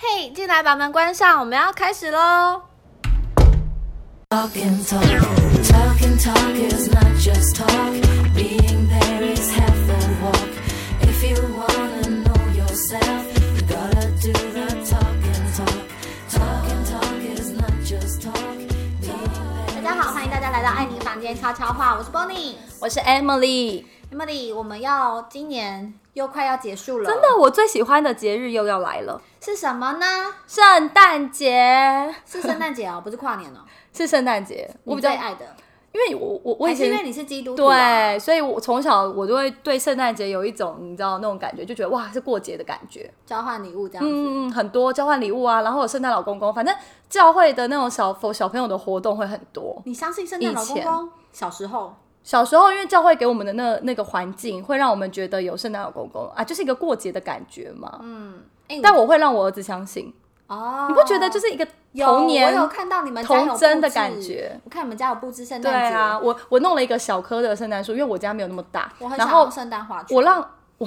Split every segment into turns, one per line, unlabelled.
哎
进来，把门关上，我们要开始喽。
Talking, talk, talking, talk is not just talk. Being there is half the walk. If you wanna know yourself, you gotta do the talking, talk. Talking, talk is not just talk. Being
大家好，欢迎大家来到艾妮房间悄悄话，我是 Bonnie。
我是 Emily，
Emily，我们要今年又快要结束了，
真的，我最喜欢的节日又要来了，
是什么呢？
圣诞节
是圣诞节哦，不是跨年哦。
是圣诞节， 我
你
比较
最，爱的，
因为我我我以
还是因
前
为你是基督徒啊、
对，所以我从小我就会对圣诞节有一种你知道那种感觉，就觉得哇是过节的感觉，
交换礼物这样子。
嗯，很多交换礼物啊，然后有圣诞老公公，反正教会的那种小佛小朋友的活动会很多。
你相信圣诞老公
以前
公？小时候，
小时候因为教会给我们的那那个环境，会让我们觉得有圣诞老公公啊，就是一个过节的感觉嘛。
哎、
但我会让我儿子相信，
哦，
你不觉得就是一个
有
童年
我有看到你们家有
童真的
布置
感觉。
我看你们家有布置圣
对
诞节，
啊，我我弄了一个小颗的圣诞树，因为我家没有那么大
我。很
然
想
后
用圣诞花圈。
我让 我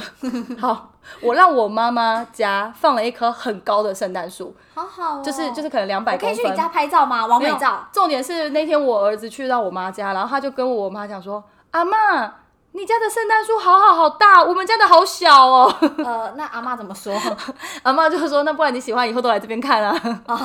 好，我让我妈妈家放了一棵很高的圣诞树，
好好、哦，
就是就是可能两百
我可
公
以去你
分。
家拍照吗？完
没
美
有
照。
重点是那天我儿子去到我妈家，然后他就跟我妈讲说：“阿妈，你家的圣诞树好好好大，我们家的好小哦。”
呃，那阿妈怎 么说？
阿妈就说：“那不然你喜欢以后都来这边看啊。
哦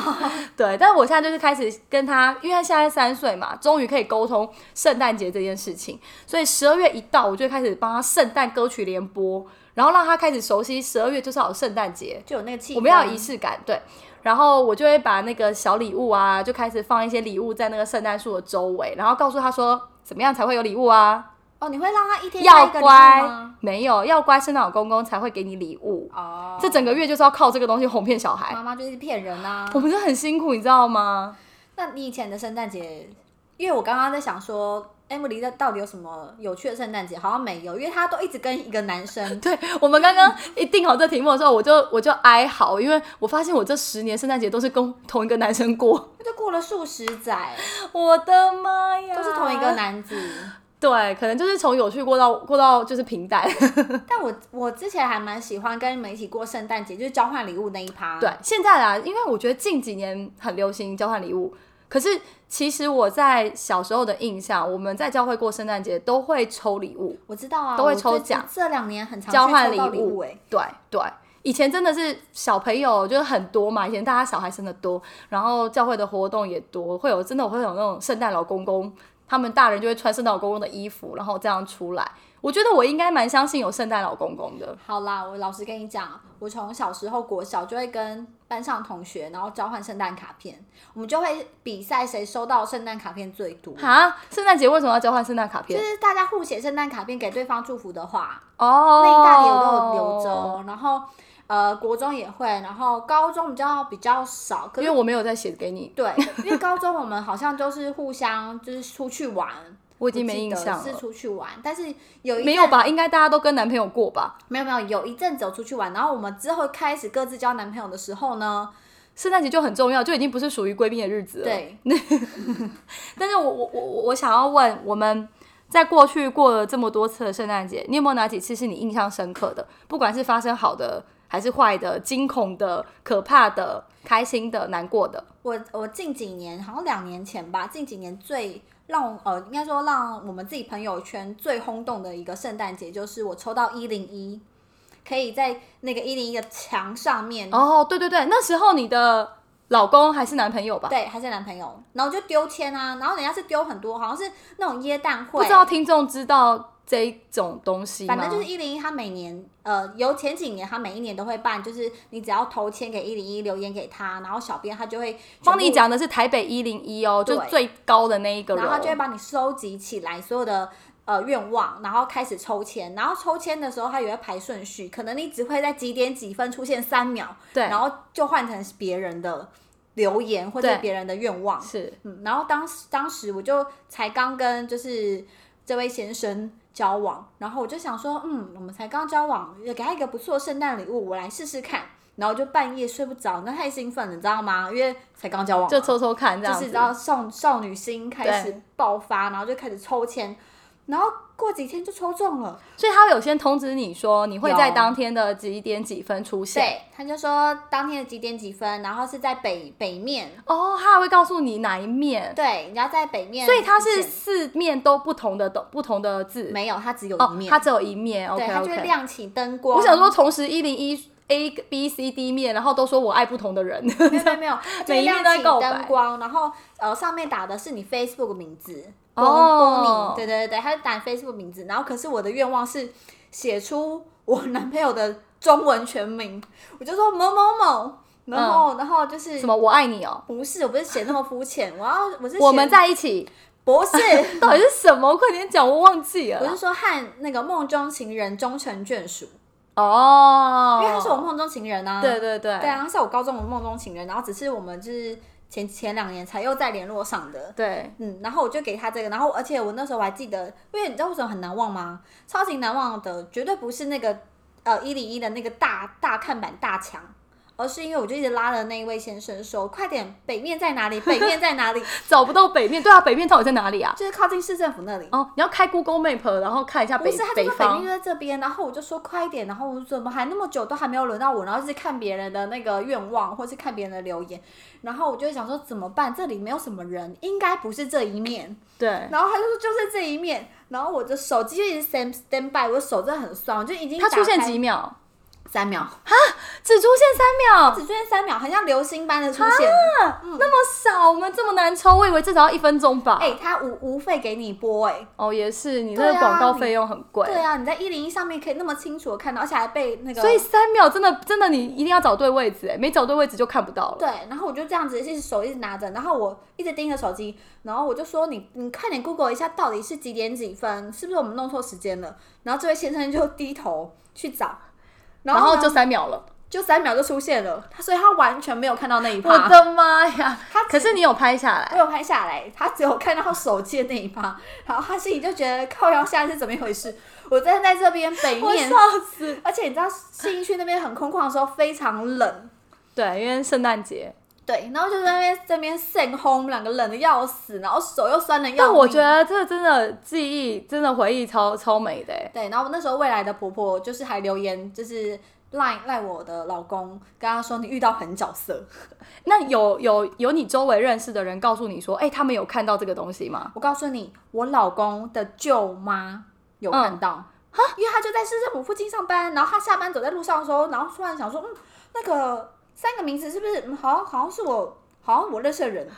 对，但我现在就是开始跟他，因为他现在三岁嘛，终于可以沟通圣诞节这件事情，所以十二月一到，我就会开始帮他圣诞歌曲联播，然后让他开始熟悉十二月就是要有圣诞节，
就有那个气氛。
我们要有仪式感，对。然后我就会把那个小礼物啊，就开始放一些礼物在那个圣诞树的周围，然后告诉他说怎么样才会有礼物啊，
哦，你会让他一天带
要
一个礼物
乖
吗，
没有要乖，圣诞老公公才会给你礼物。
哦，
这整个月就是要靠这个东西哄骗小孩
妈，妈就是骗人啊
我。们就很辛苦，你知道吗？。
那你以前的圣诞节，因为我刚刚在想说。Emily 的到底有什么有趣的圣诞节？好像没有，因为她都一直跟一个男生
对我们刚刚一定好这题目的时候，我就我就哀嚎，因为我发现我这十年圣诞节都是跟同一个男生过。
他就过了数十载，
我的妈呀
都是同一个。男子。
对，可能就是从有趣过到过到就是平淡。
但我我之前还蛮喜欢跟你们一起过圣诞节，就是交换礼物那一趴。
对，，现在啦，因为我觉得近几年很流行交换礼物，可是其实我在小时候的印象，我们在教会过圣诞节都会抽礼物。
我知道啊，
都会
我最
抽奖
我这两年很常
交换
去
礼
抽到礼
物，
哎，
对对。以前真的是小朋友就是很多嘛，以前大家小孩生的多，然后教会的活动也多，会有真的会有那种圣诞老公公，他们大人就会穿圣诞老公公的衣服，然后这样出来。我觉得我应该蛮相信有圣诞老公公的，
好啦，我老实跟你讲，我从小时候国小就会跟班上同学，然后交换圣诞卡片，我们就会比赛谁收到圣诞卡片最多。
哈，圣诞节为什么要交换圣诞卡
就
片？
是大家互写圣诞卡片给对方祝福的话，
哦，
那一大叠我都有留着哦。然后呃，国中也会，然后高中比较比较少，可
因
是
为我没有在写给你，
对，因为高中我们好像就是互相就是出去玩，
我已经没
记
印
得
象
是
了。
出去玩，但是有一
没
阵
有吧？应该大家都跟男朋友过吧？
没有没有，有一阵子有出去玩，然后我们之后开始各自交男朋友的时候呢，
圣诞节就很重要，就已经不是属于闺蜜的日子了。
对，
但是我我我我我想要问，我们在过去过了这么多次的圣诞节，你有没有哪几次是你印象深刻的？不管是发生好的还是坏的、惊恐的、可怕的、开心的、难过的，
我我近几年好像两年前吧，近几年最让我呃应该说让我们自己朋友圈最轰动的一个圣诞节，就是我抽到一零一，可以在那个一零一的墙上面，
哦，对对对，那时候你的老公还是男朋友吧？
对，还是男朋友，然后就丢签啊，然后人家是丢很多，好像是那种耶诞会，
不知道听众知道这一种东西吗？
反正就是一零一，它每年呃，由前几年它每一年都会办，就是你只要投签给一零一，留言给他，然后小编他就会
帮你
全
讲的是台北一零一哦，
对
就最高的那一个
部，
楼
然后他就会帮你收集起来所有的呃愿望，然后开始抽签，然后抽签的时候它也会排顺序，可能你只会在几点几分出现三秒，
对，
然后就换成别人的留言或者
对
别人的愿望，
是
嗯，然后当时当时我就才刚跟就是这位先生交往，然后我就想说，嗯，我们才刚交往，也给他一个不错的圣诞礼物，我来试试看。然后就半夜睡不着，那太兴奋了，你知道吗？因为才刚交往嘛，
就抽抽看这
就
样
是
子，
你知道少少女心开始爆发，然后就开始抽签，然后过几天就抽中了。
所以他会有先通知你说你会在
有
当天的几点几分出现。
对，他就说当天的几点几分，然后是在北北面，
哦，他还会告诉你哪一面，
对，你要在北面出
所以
现，
它是四面都不同的都不同的字。
没有，它只有一
哦，
面，
它只有一面。
对，
OK
它就会
OK。
亮起灯光。
我想说，同时一零一 A B C D 面，然后都说我爱不同的人。
没有没有没有，就
每
是
一面都
亮
在
起
告白
灯光，然后呃上面打的是你 Facebook 名字，
哦
波波宁，对对对对，他就打你 Facebook 名字，然后可是我的愿望是写出我男朋友的中文全名， 我就说某某某，然后、然后就 是
嗯什么我爱你哦，
不是，我不是写那么肤浅，我要我是
我
写
们在一啊起，
不是，
到底是什么？快点讲，我忘记了
我是
啦。
说和那个梦中情人终成眷属，
哦，
因为他是我梦中情人啊，
对对对
对啊，他是我高中的梦中情人，然后只是我们就是前前两年才又再联络上的。
对
嗯，然后我就给他这个，然后而且我那时候我还记得，因为你知道为什么很难忘吗？超级难忘的，绝对不是那个呃一零一的那个大大看板大墙，而是因为我就一直拉着那一位先生说，快点，北面在哪里？ 北面在哪里？
找不到北面。对啊，北面到底在哪里啊？
就是靠近市政府那里。
哦，你要开 Google Map，然后看一下
不
北
是，他就
北
说北面
方
就。在这边，然后我就说快一点，然后我怎么还那么久都还没有轮到我，然后是看别人的那个愿望，或是看别人的留言，然后我就想说怎么办？这里没有什么人，应该不是这一面。
对，
然后他就说就是这一面，然后我的手机就一直 stand stand by，我的手真的很酸，我就已经
它出现
打开
几秒？
三秒，
只出现三秒，
只出现三秒，很像流星般的出现。
啊那么少，我们这么难抽，我以为至少要一分钟吧。
哎、他无无费给你播哎、
哦，也是，你
对
那
啊
个广告费用很贵。
对啊，你在一零一上面可以那么清楚的看到，而且还被那个
所以三秒真的真的，你一定要找对位置，哎，没找对位置就看不到了。
对，然后我就这样子，一直手一直拿着，然后我一直盯着手机，然后我就说你你快点 Google 一下到底是几点几分，是不是我们弄错时间了？然后这位先生就低头去找，然
然后
呢
就三秒了。
就三秒就出现了，他所以他完全没有看到那一趴。
我的妈呀
他！只
可是你有拍下来
我，有拍下来，他只有看到手机的那一趴，然后他心里就觉得靠腰下是怎么一回事？ 我站在这边北
我
面，
笑死。
而且你知道信义区那边很空旷的时候非常冷，
对，因为圣诞节。
对，然后就在那边这边 s 烘，我们两个冷的要死，然后手又酸的要
但
命。
我觉得这真的记忆，真的回忆超超美的哎。
对，然后那时候未来的婆婆就是还留言，就是赖赖我的老公，跟他说你遇到狠角色。
那有有有你周围认识的人告诉你说，哎、他们有看到这个东西吗？
我告诉你，我老公的舅妈有
嗯
看到，因为他就在市政府附近上班，然后他下班走在路上的时候，然后突然想说，嗯，那个三个名字是不是嗯好像好像是我好像我认识的人？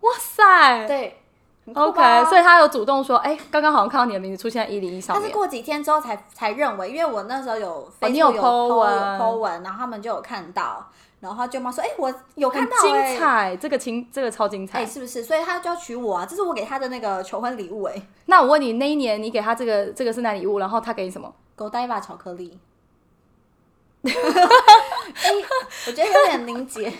哇塞！
对很酷
OK，
吧
所以他有主动说，哎、刚刚好像看到你的名字出现在一零一上
但是
面。
过几天之后才才认为，因为我那时候有 Facebook
哦你有
po
po 文
有 po 文，然后他们就有看到，然后他舅妈说，哎、我有看
很
到、
精
哎。
彩，这个情这个超精彩。
哎、是不是？所以他就要娶我啊！这是我给他的那个求婚礼物、哎，
那我问你，那一年你给他这个这个圣诞礼物，然后他给你什么？
狗带一把巧克 力。哎、我觉得有点凝结。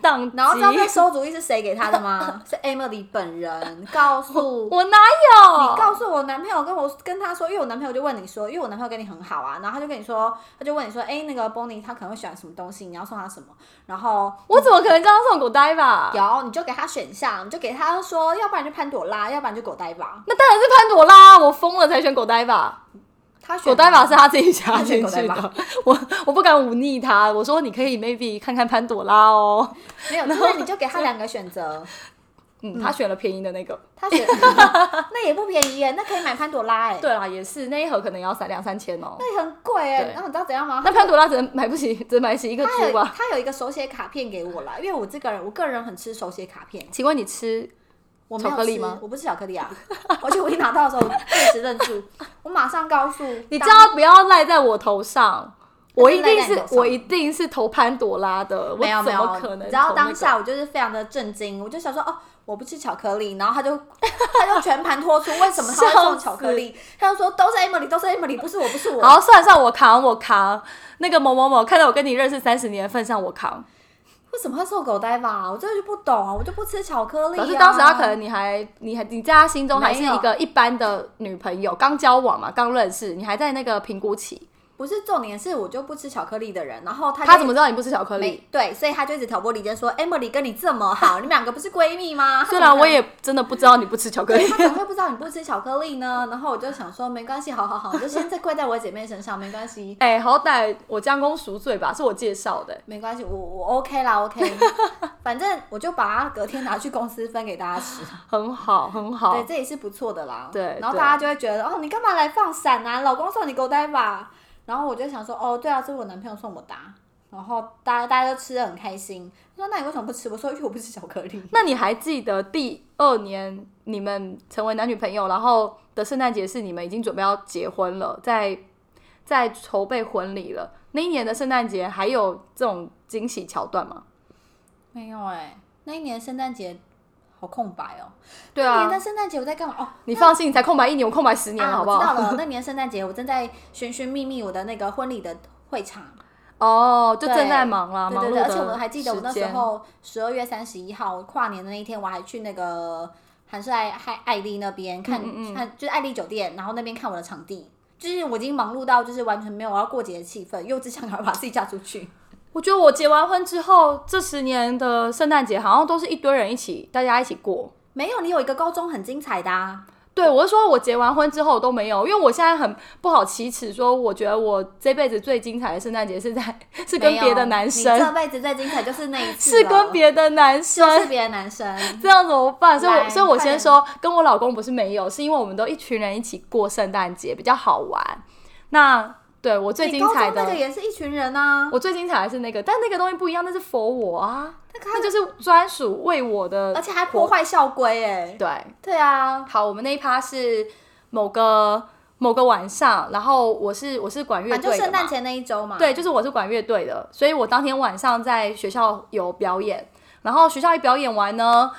当
然后知道那馊主意是谁给他的吗？ 是 Emily 本人告诉
我哪有？
你告诉我男朋友跟我跟他说，因为我男朋友就问你说，因为我男朋友跟你很好啊，然后他就跟你说，他就问你说，哎、那个 Bonnie 他可能会喜欢什么东西，你要送他什么？然后
我怎么可能叫他送狗呆吧？
有你就给他选项，你就给他说，要不然就潘朵拉，要不然就狗带吧。
那当然是潘朵拉，我疯了才选狗呆吧。
他选
狗呆吧是他自己加
他
进
选狗呆
去
吧
的，我我不敢忤逆他。我说你可以 maybe 看看潘朵拉哦，
没 有，就是你就给他两个选择。
嗯，他选了便宜的那个。
他 选那也不便宜耶，那可以买潘朵拉哎，
对啦，也是那一盒可能要三两三千哦。
那也很贵哎。
对
然后你知道怎样吗？
那潘朵拉只能买不起，只能买起一个
他
猪
有
吧？
他有一个手写卡片给我啦，因为我这个人我个人很吃手写卡片，
请问你吃
我没有
巧克力
吃
吗
我不吃巧克力啊， 而且我一拿到的时候，我顿时愣住，我马上告诉
你
当
叫他不要赖在我头上，我一定
赖在
是
你头上
我一定是投潘朵拉的，我
没有
怎
没
么
有，
可能？
你知道当下我就是非常的震惊，我就想说哦，我不吃巧克力，然后他就 他就全盘托出为什么他会送巧克力，他就说都是 Emily，都是 Emily，不是我，不是我。
好，算了算了，我扛，我扛。那个某某某，看在我跟你认识三十年的份上，我扛。
为什么会送狗呆吧？我真的就不懂啊，我就不吃巧克力、啊。
可是当时他可能你还你还你在他心中还是
没有
一个一般的女朋友，刚交往嘛，刚认识，你还在那个评估期。
不不是重点是我就不吃巧克力的人，然后他
他怎
么
么知道你不吃巧克力？
对，所以他就一直挑拨离间，说 Emily 跟你这 么好，你们两个不是闺蜜吗？
虽然我也真的不知道你不吃巧克力
他，怎么会不知道你不吃巧克力呢？然后我就想说，没关系，好好好，我就先再怪在我姐妹身上，没关系，
哎、好歹我将功赎罪吧，是我介绍的、
没关系，我我 OK 啦，OK，反正我就把它隔天拿去公司分给大家吃，
很好，很好
对，。这也是不错的啦。
对
然后
对
大家就会觉得，哦，你干嘛来放闪啊？老公送你狗呆吧。然后我就想说，哦，对啊，这是我男朋友送我的啊、然后大家大家都吃的很开心。他说，那你为什么不吃？我说，因为我不吃巧克力。
那你还记得第二年你们成为男女朋友，然后的圣诞节是你们已经准备要结婚了，在在筹备婚礼了。那一年的圣诞节还有这种惊喜桥段吗？
没有哎、
欸
那一年圣诞节好空白哦。
对
那
啊
年，的圣诞节我在干嘛？哦，
你放心，你才空白一年，我空白十年，
啊，
好不
我知道
好？
了， 那年圣诞节我正在寻寻觅觅我的那个婚礼的会场，
哦，就
对
正在忙啦，
对
忙
对
碌的
对，而且我还记得我那时
时间
候十二月三十一号跨年的那一天，我还去那个韩式爱爱爱丽那边看
嗯
看，就是爱丽酒店，然后那边看我的场地。就是我已经忙碌到，就是完全没有要过节的气氛，又只想赶快把自己嫁出 去。
我觉得我结完婚之后，这十年的圣诞节好像都是一堆人一起，大家一起过。
没有，你有一个高中很精彩的、啊，
对，我是说，我结完婚之后都没有，因为我现在很不好启齿，说我觉得我这辈子最精彩的圣诞节是在是跟
没有
别的男
你这
生，
辈子最精彩就是那一次了， 哦
是跟别的男生，
就是别的 男生。
这样怎么办？所以
来
我，所以我
快
先
点
说，跟我老公不是没有，是因为我们都一群人一起过圣诞节，比较好玩。那对我最
你
精
高
彩
中
的
那个，也是一群人啊，
我最精彩的是那个，但那个东西不一样，那是佛我啊，
那个还
那就是专属为我的
而，且还破坏校规哎、
对，
对啊，
好，我们那一趴是某个某个晚上，然后我是我是管乐
反正
队的
啊就圣诞
嘛，
节那一周嘛。
对，就是我是管乐队的，所以我当天晚上在学校有表演，然后学校一表演完呢，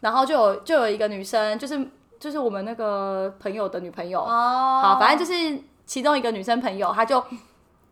然后就有就有一个女生，就是就是我们那个朋友的女朋友，
哦，
好，反正就是其中一个女生朋友，她就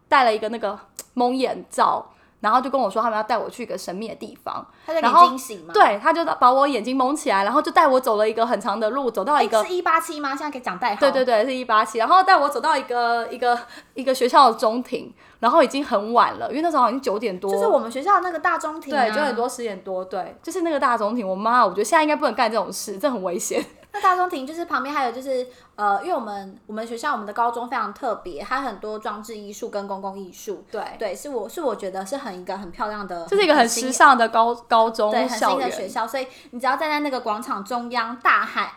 戴了一个那个蒙眼罩，然后就跟我说他们要带我去一个神秘的地方，
他在给
然
你
后
惊喜嘛。
对，她就把我眼睛蒙起来，然后就带我走了一个很长的路，走到
哎，
一个
是一八七吗？现在可以讲代号。
对对对，是一八七。然后带我走到一个一个一个学校的中庭，然后已经很晚了，因为那时候好像九点多，
就是我们学校那个大中庭、啊。
对九点。多十点多，对，就是那个大中庭。我妈，我觉得现在应该不能干这种事，这很危险。
那大中庭就是旁边还有就是呃，因为我们我们学校我们的高中非常特别，它很多装置艺术跟公共艺术。
对
对，是我是我觉得是很一个很漂亮的，
就是一个很
新
时尚的高高中
对很
校
新的
园，
学校，所以你只要站在那个广场中央大喊，哎、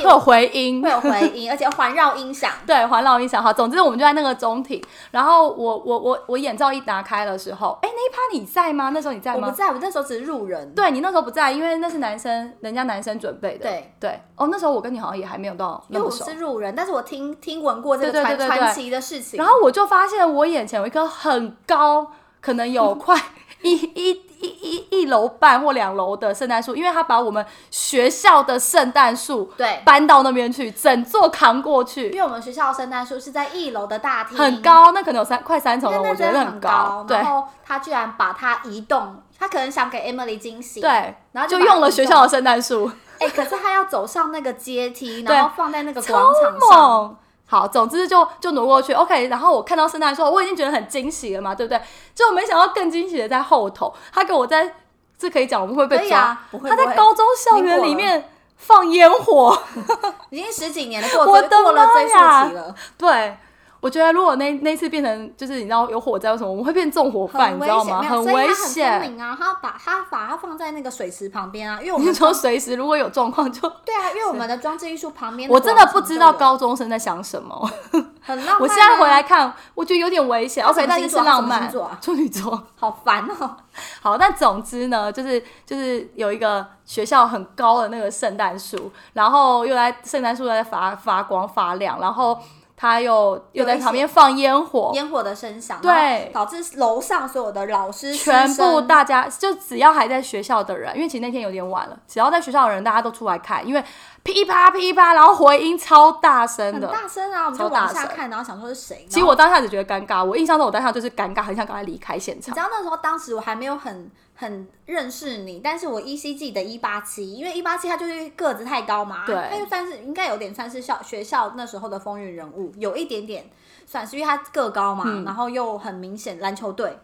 会有回音，
会有回音，而且环绕音响。
对，环绕音响好，总之我们就在那个中庭，然后我我我我眼罩一拿开的时候，哎，那一趴你在吗？那时候你在
我不
吗？
在，我那时候只是路人。
对你那时候不在，因为那是男生，人家男生准备的。
对
对，哦，那时候我跟你好像也还没有到
因
那
为
么
我
熟。
是路人，但是我听听闻过这个
对对
传
对对对
传奇的事情。
然后我就发现我眼前有一棵很高，可能有
嗯
快一一一一一楼半或两楼的圣诞树，因为他把我们学校的圣诞树
对，
搬到那边去，整座扛过
因
去，
为我们学校的圣诞树是在一楼的大厅，
很，高，那可能有三快三层
那
楼，
那
我觉
真
得
的
很
高。
对
然后他居然把它移动，他可能想给 Emily 惊喜。，
对，
然后就
就
把它
用了
移
学
动
校的圣诞树，
哎，可是他要走上那个阶梯，
对
然后放在那个
超
广场上。
猛。好，总之就就挪过去，OK。然后我看到圣诞树，我已经觉得很惊喜了嘛，对不对？就没想到更惊喜的在后头，他给我在这可以讲，我们会不
可
会被
以
抓？
啊不会
他
不
在
会
高中校园里面放烟火，
已经十几年的过
我的
过了
妈
追溯
呀
期了，
对。我觉得如果那那次变成就是你知道有火灾或什么，我们会变纵火犯，
很
你
危
知道
险，
吗？
没有，所以
危
他很聪
险。
明啊，他把他把它放在那个水池旁边啊，因为我
你
们
说随时如果有状况就，
对啊，因为我们的装置艺术旁边，
我真的不知道，高中生在想什么。
很浪漫啊。
我现在回来看，我觉得有点危险。
他什
OK，
么
但
星
是
座
是
他什
浪
么
漫
星座啊，
处女座。
好烦 哦。
好，但总之呢，就是就是有一个学校很高的那个圣诞树，然后又在圣诞树在发发光发亮，然后它又又在旁边放烟火，
烟火的声响，
对
然后导致楼上所有的老师、
全
师
部
生
大家就只要还在学校的人，因为其实那天有点晚了，只要在学校的人，大家都出来看，因为噼啪噼啪，然后回音超大声
很
的。
大声啊，我们就
超大
往下
声
看，然后想说是谁。
其实
然后
我当下只觉得尴尬，我印象中我当下就是尴尬，很想赶快离开现
你
场
知。道那时候，当时我还没有很很认识你，但是我 E 依稀记得一八七，因为一八七他就是个子太高嘛，
对
他就算是应该有点算是校学校那时候的风云人物，有一点点算是因为他个高嘛，
嗯
然后又很明显篮球队，
我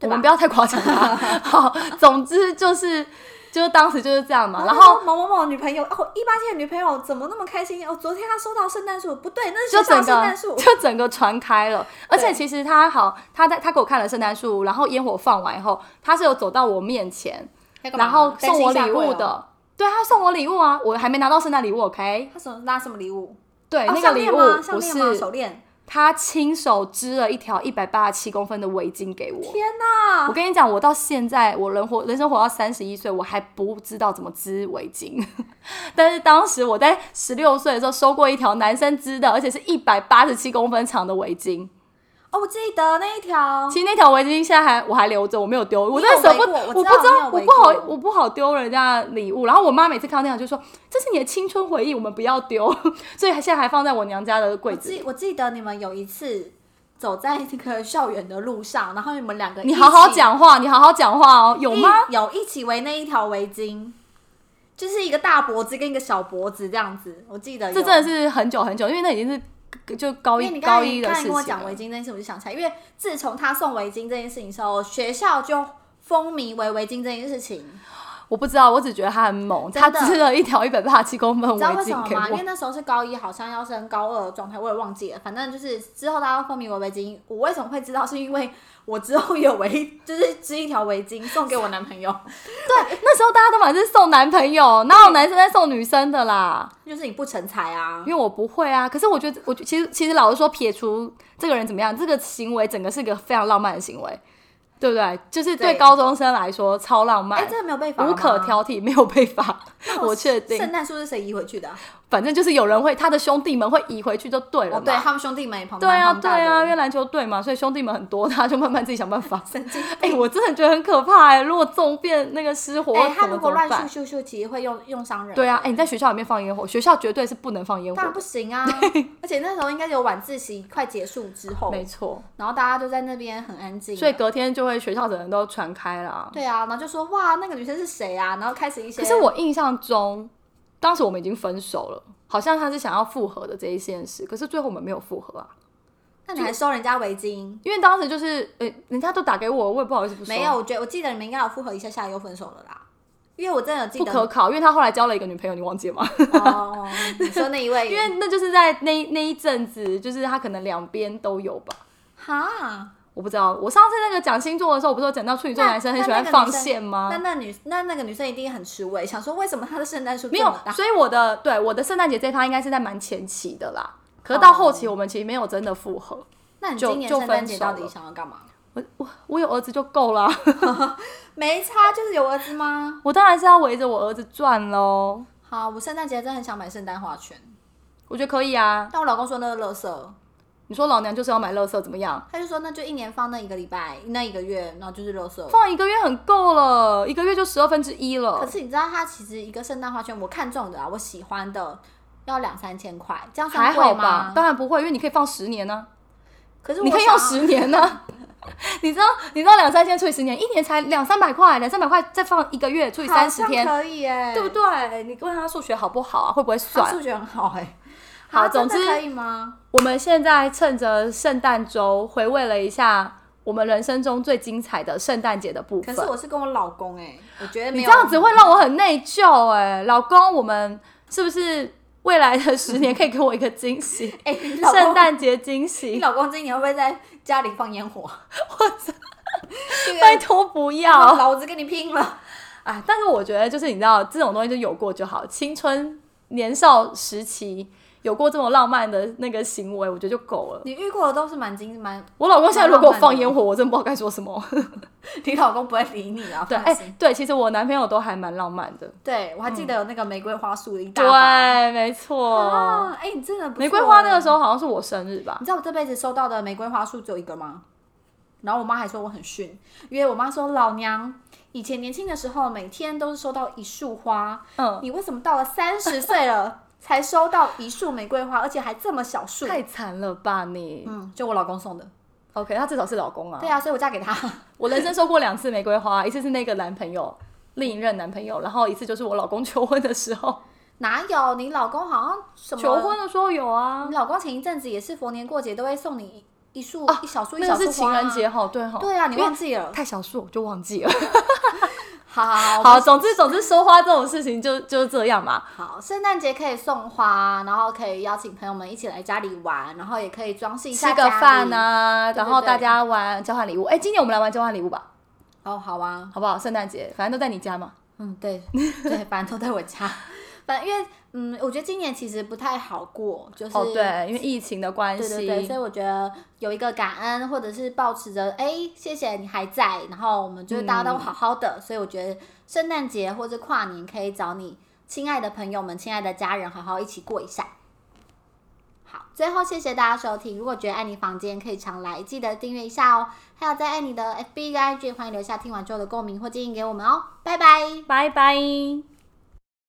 对吧
们不？要太夸张了。 好，总之就是，就是当时就是这样嘛。然
他
后
说哦某某某女朋友哦，一八七的女朋友怎么那么开心？哦，昨天她收到圣诞树，不对，那 是
就
学校
整
的圣
个
诞树。
就整个传开了，而且
对
其实他好，他在他给我看了圣诞树，然后烟火放完以后，他是有走到我面前，然后送我礼物。
哦
的。对，他送我礼物啊，我还没拿到圣诞礼物，OK？
他什么拿什么礼物？
对，
哦
那
项
个礼
链
物
吗项
不
链吗？
是
手链。
他亲手织了一条一百八十七公分的围巾给我。
天哪
我！跟你讲，我到现在我人活人生活到三十一岁，我还不知道怎么织围巾。 但是当时我在十六岁的时候收过一条男生织的，而且是一百八十七公分长的围巾。
哦，我记得那一条。
其实那条围巾现在还我还留着，我没有丢，我
有
真的舍不，
围过我知
不
道
知道，
你有
我
围
不好
过，
我不好丢人家的礼物。然后我妈每次看到那条就说：“这是你的青春回忆，我们不要丢。” 所以现在还放在我娘家的柜
我
子里
记。我记得你们有一次走在那个校园的路上，然后你们两个
你
一
好好
起
讲话，你好好讲话哦，有
一
吗？
有一起围那一条围巾，就是一个大脖子跟一个小脖子这样子。我记得
这
有
真的是很久很久，因为那已经是就高
因为
一
你刚
高
才
一的
刚
事
才
情
跟
了。
我讲围巾这件事，我就想起来，因为自从他送围巾这件事情之后，学校就风靡为围巾这件事情。
我不知道，我只觉得他很猛，
真
他
的
织了一条一百八十七公分
你
围
知道为什么
巾给
吗？因为
我。
那时候是高一，好像要升高二的状态，我也忘记了。反正就是之后大家风靡围围巾，我为什么会知道？是因为我之后有围，就是织一条围巾送给我男朋 友。
对，那时候大家都满是送男朋友，哪有男生在送女生的啦？
就是你不成才啊
因，为我不会啊。可是我觉得，我其实其实老实说，撇除这个人怎么样，这个行为整个是一个非常浪漫的行为，对不对？就是对
对
高中生来说超浪
哎、
漫，
这个没有被罚吗，
无可挑剔，没有被罚，我确
圣
定。
诞树是谁移回去的啊、
反正就是有人会，他的兄弟们会移回去就对了
哦，
嘛。
对他们兄弟们也旁
对啊，
蛮庞
对
大的
啊，因为篮球队嘛，所以兄弟们很多，他就慢慢自己想办法。
神经 病。
哎、我真的觉得很可怕哎、如果中变那个失火，
哎、
怎
他
么
如
怎
果
么
乱
办？
咻咻咻，其实会用用伤人。
对啊，哎、你在学校里面放烟火，学校绝对是不能放烟火
当然不行啊！而且那时候应该有晚自习快结束之后，
没错，
然后大家就在那边很安静。啊
所以隔天就会学校的人都传开了啊。
对啊，然后就说哇，那个女生是谁啊？然后开始一些。
可是我印象中，当时我们已经分手了，好像他是想要复合的这一件事，可是最后我们没有复合啊，
那你还收人家围巾？
因为当时就是，呃、人家都打给我，我也不好意思不说。
没有，我觉得我记得你们应该有复合一下下又分手了啦，因为我真的有记
不
得
可考，因为他后来交了一个女朋友，你忘记了吗？
哦，你说那一位，
因为那就是在那那一阵子，就是他可能两边都有吧。
哈，
我不知道，我上次那个讲星座的时候，我不是有讲到处女座
那
男生很
那
喜欢
那个
放
女生
线吗
那？那女那那个女生一定很吃味，想说为什么她的圣诞树
没
这
有
么，大？
所以我的对我的圣诞节这一趴应该是在蛮前期的啦。
哦
可是到后期我们其实没有真的复合，
那你
就
今年
就
圣诞
分
节
手
到底
了
想要干嘛？
我我我有儿子就够了啊，
没差，就是有儿子吗？
我当然是要围着我儿子转喽。
好，我圣诞节真的很想买圣诞花圈，
我觉得可以啊，
但我老公说那是垃圾，
你说老娘就是要买乐色怎么样？
他就说那就一年放那一个礼拜，那一个月，然后就是垃圾。
放一个月很够了，一个月就十二分之一
可
了。
是你知道，它其实一个圣诞花圈，我看中的啊，我喜欢的要两三千块，这样
还
算
好
贵
吧
吗？，
当然不会，因为你可以放十年呢、
可是我
你可以用
想要
十年呢、 你知道，你知道两三千除以十年，一年才两三百块，两三百块再放一个月除以
好
三十
像
天，
可以哎、
对不？对？你问他数学好不好啊？会不会
他
算？
数学很好哎、
好
啊
总
真的
之
可以吗？
我们现在趁着圣诞周回味了一下我们人生中最精彩的圣诞节的部
可
分。
是我是跟我老公哎、我觉得没
你
有
这样子会让我很内疚哎、老公，我们是不是未来的十年可以给我一个惊喜？
哎，你 老公
圣诞节惊
你
喜，
老公今年会不会在家里放烟火？ 我操！
拜托不要！
老子跟你拼了！
哎，但是我觉得就是你知道，这种东西就有过就好。青春年少时期有过这么浪漫的那个行为，我觉得就够了。
你遇过的都是蛮精蛮，
我老公现在如果
蛮浪漫
放
的
烟火，我真不知道该说什 么。
你老公不会理你啊。
对，
放
哎、
心
对，其实我男朋友都还蛮浪漫的。
对我还记得有那个玫瑰花束的一大把。
嗯对，没错。
啊，哎，你真的不错
玫瑰花那个时
哎
候好像是我生日吧
你？知道我这辈子收到的玫瑰花束只有一个吗？然后我妈还说我很逊，因为我妈说老娘以前年轻的时候每天都是收到一束花，
嗯，
你为什么到了三十岁 了才收到一束玫瑰花，而且还这么小束？
太惨了吧你！
嗯，就我老公送的，
OK，他至少是老公啊。
对啊，所以我嫁给他。
我人生收过两次玫瑰花，一次是那个男朋友，另一任男朋友，然后一次就是我老公求婚的时候。
哪有你老公好像什么
求婚？的时候有啊
你，老公前一阵子也是逢年过节都会送你一束、
啊
一小束一
那
小
个
束
是情
花啊
人节。哈，对哈。
对啊，你
因为
忘记了？
太小数我就忘记了。
好好好，我
好，
们
总之总之收花这种事情就就是这样嘛。
好，圣诞节可以送花，然后可以邀请朋友们一起来家里玩，然后也可以装饰一下
吃个
家里
饭。啊，
对对
然后大
对
家玩交换礼物。哎，今年我们来玩交换礼物吧，
哦，好啊，
好不好？圣诞节反正都在你家嘛。
嗯， 对对，反正都在我家。反正因为嗯，我觉得今年其实不太好过，就是、
哦，对，因为疫情的关
对
系，
对对，所以我觉得有一个感恩，或者是保持着哎，谢谢你还在，然后我们就是大家都好好的，所以我觉得圣诞节或者跨年可以找你亲爱的朋友们、亲爱的家人，好好一起过一下。好，最后谢谢大家收听。如果觉得爱你房间可以常来，记得订阅一下哦。还有在爱你的 FB 跟 IG，欢迎留下听完之后的共鸣或建议给我们哦。拜拜。
拜拜。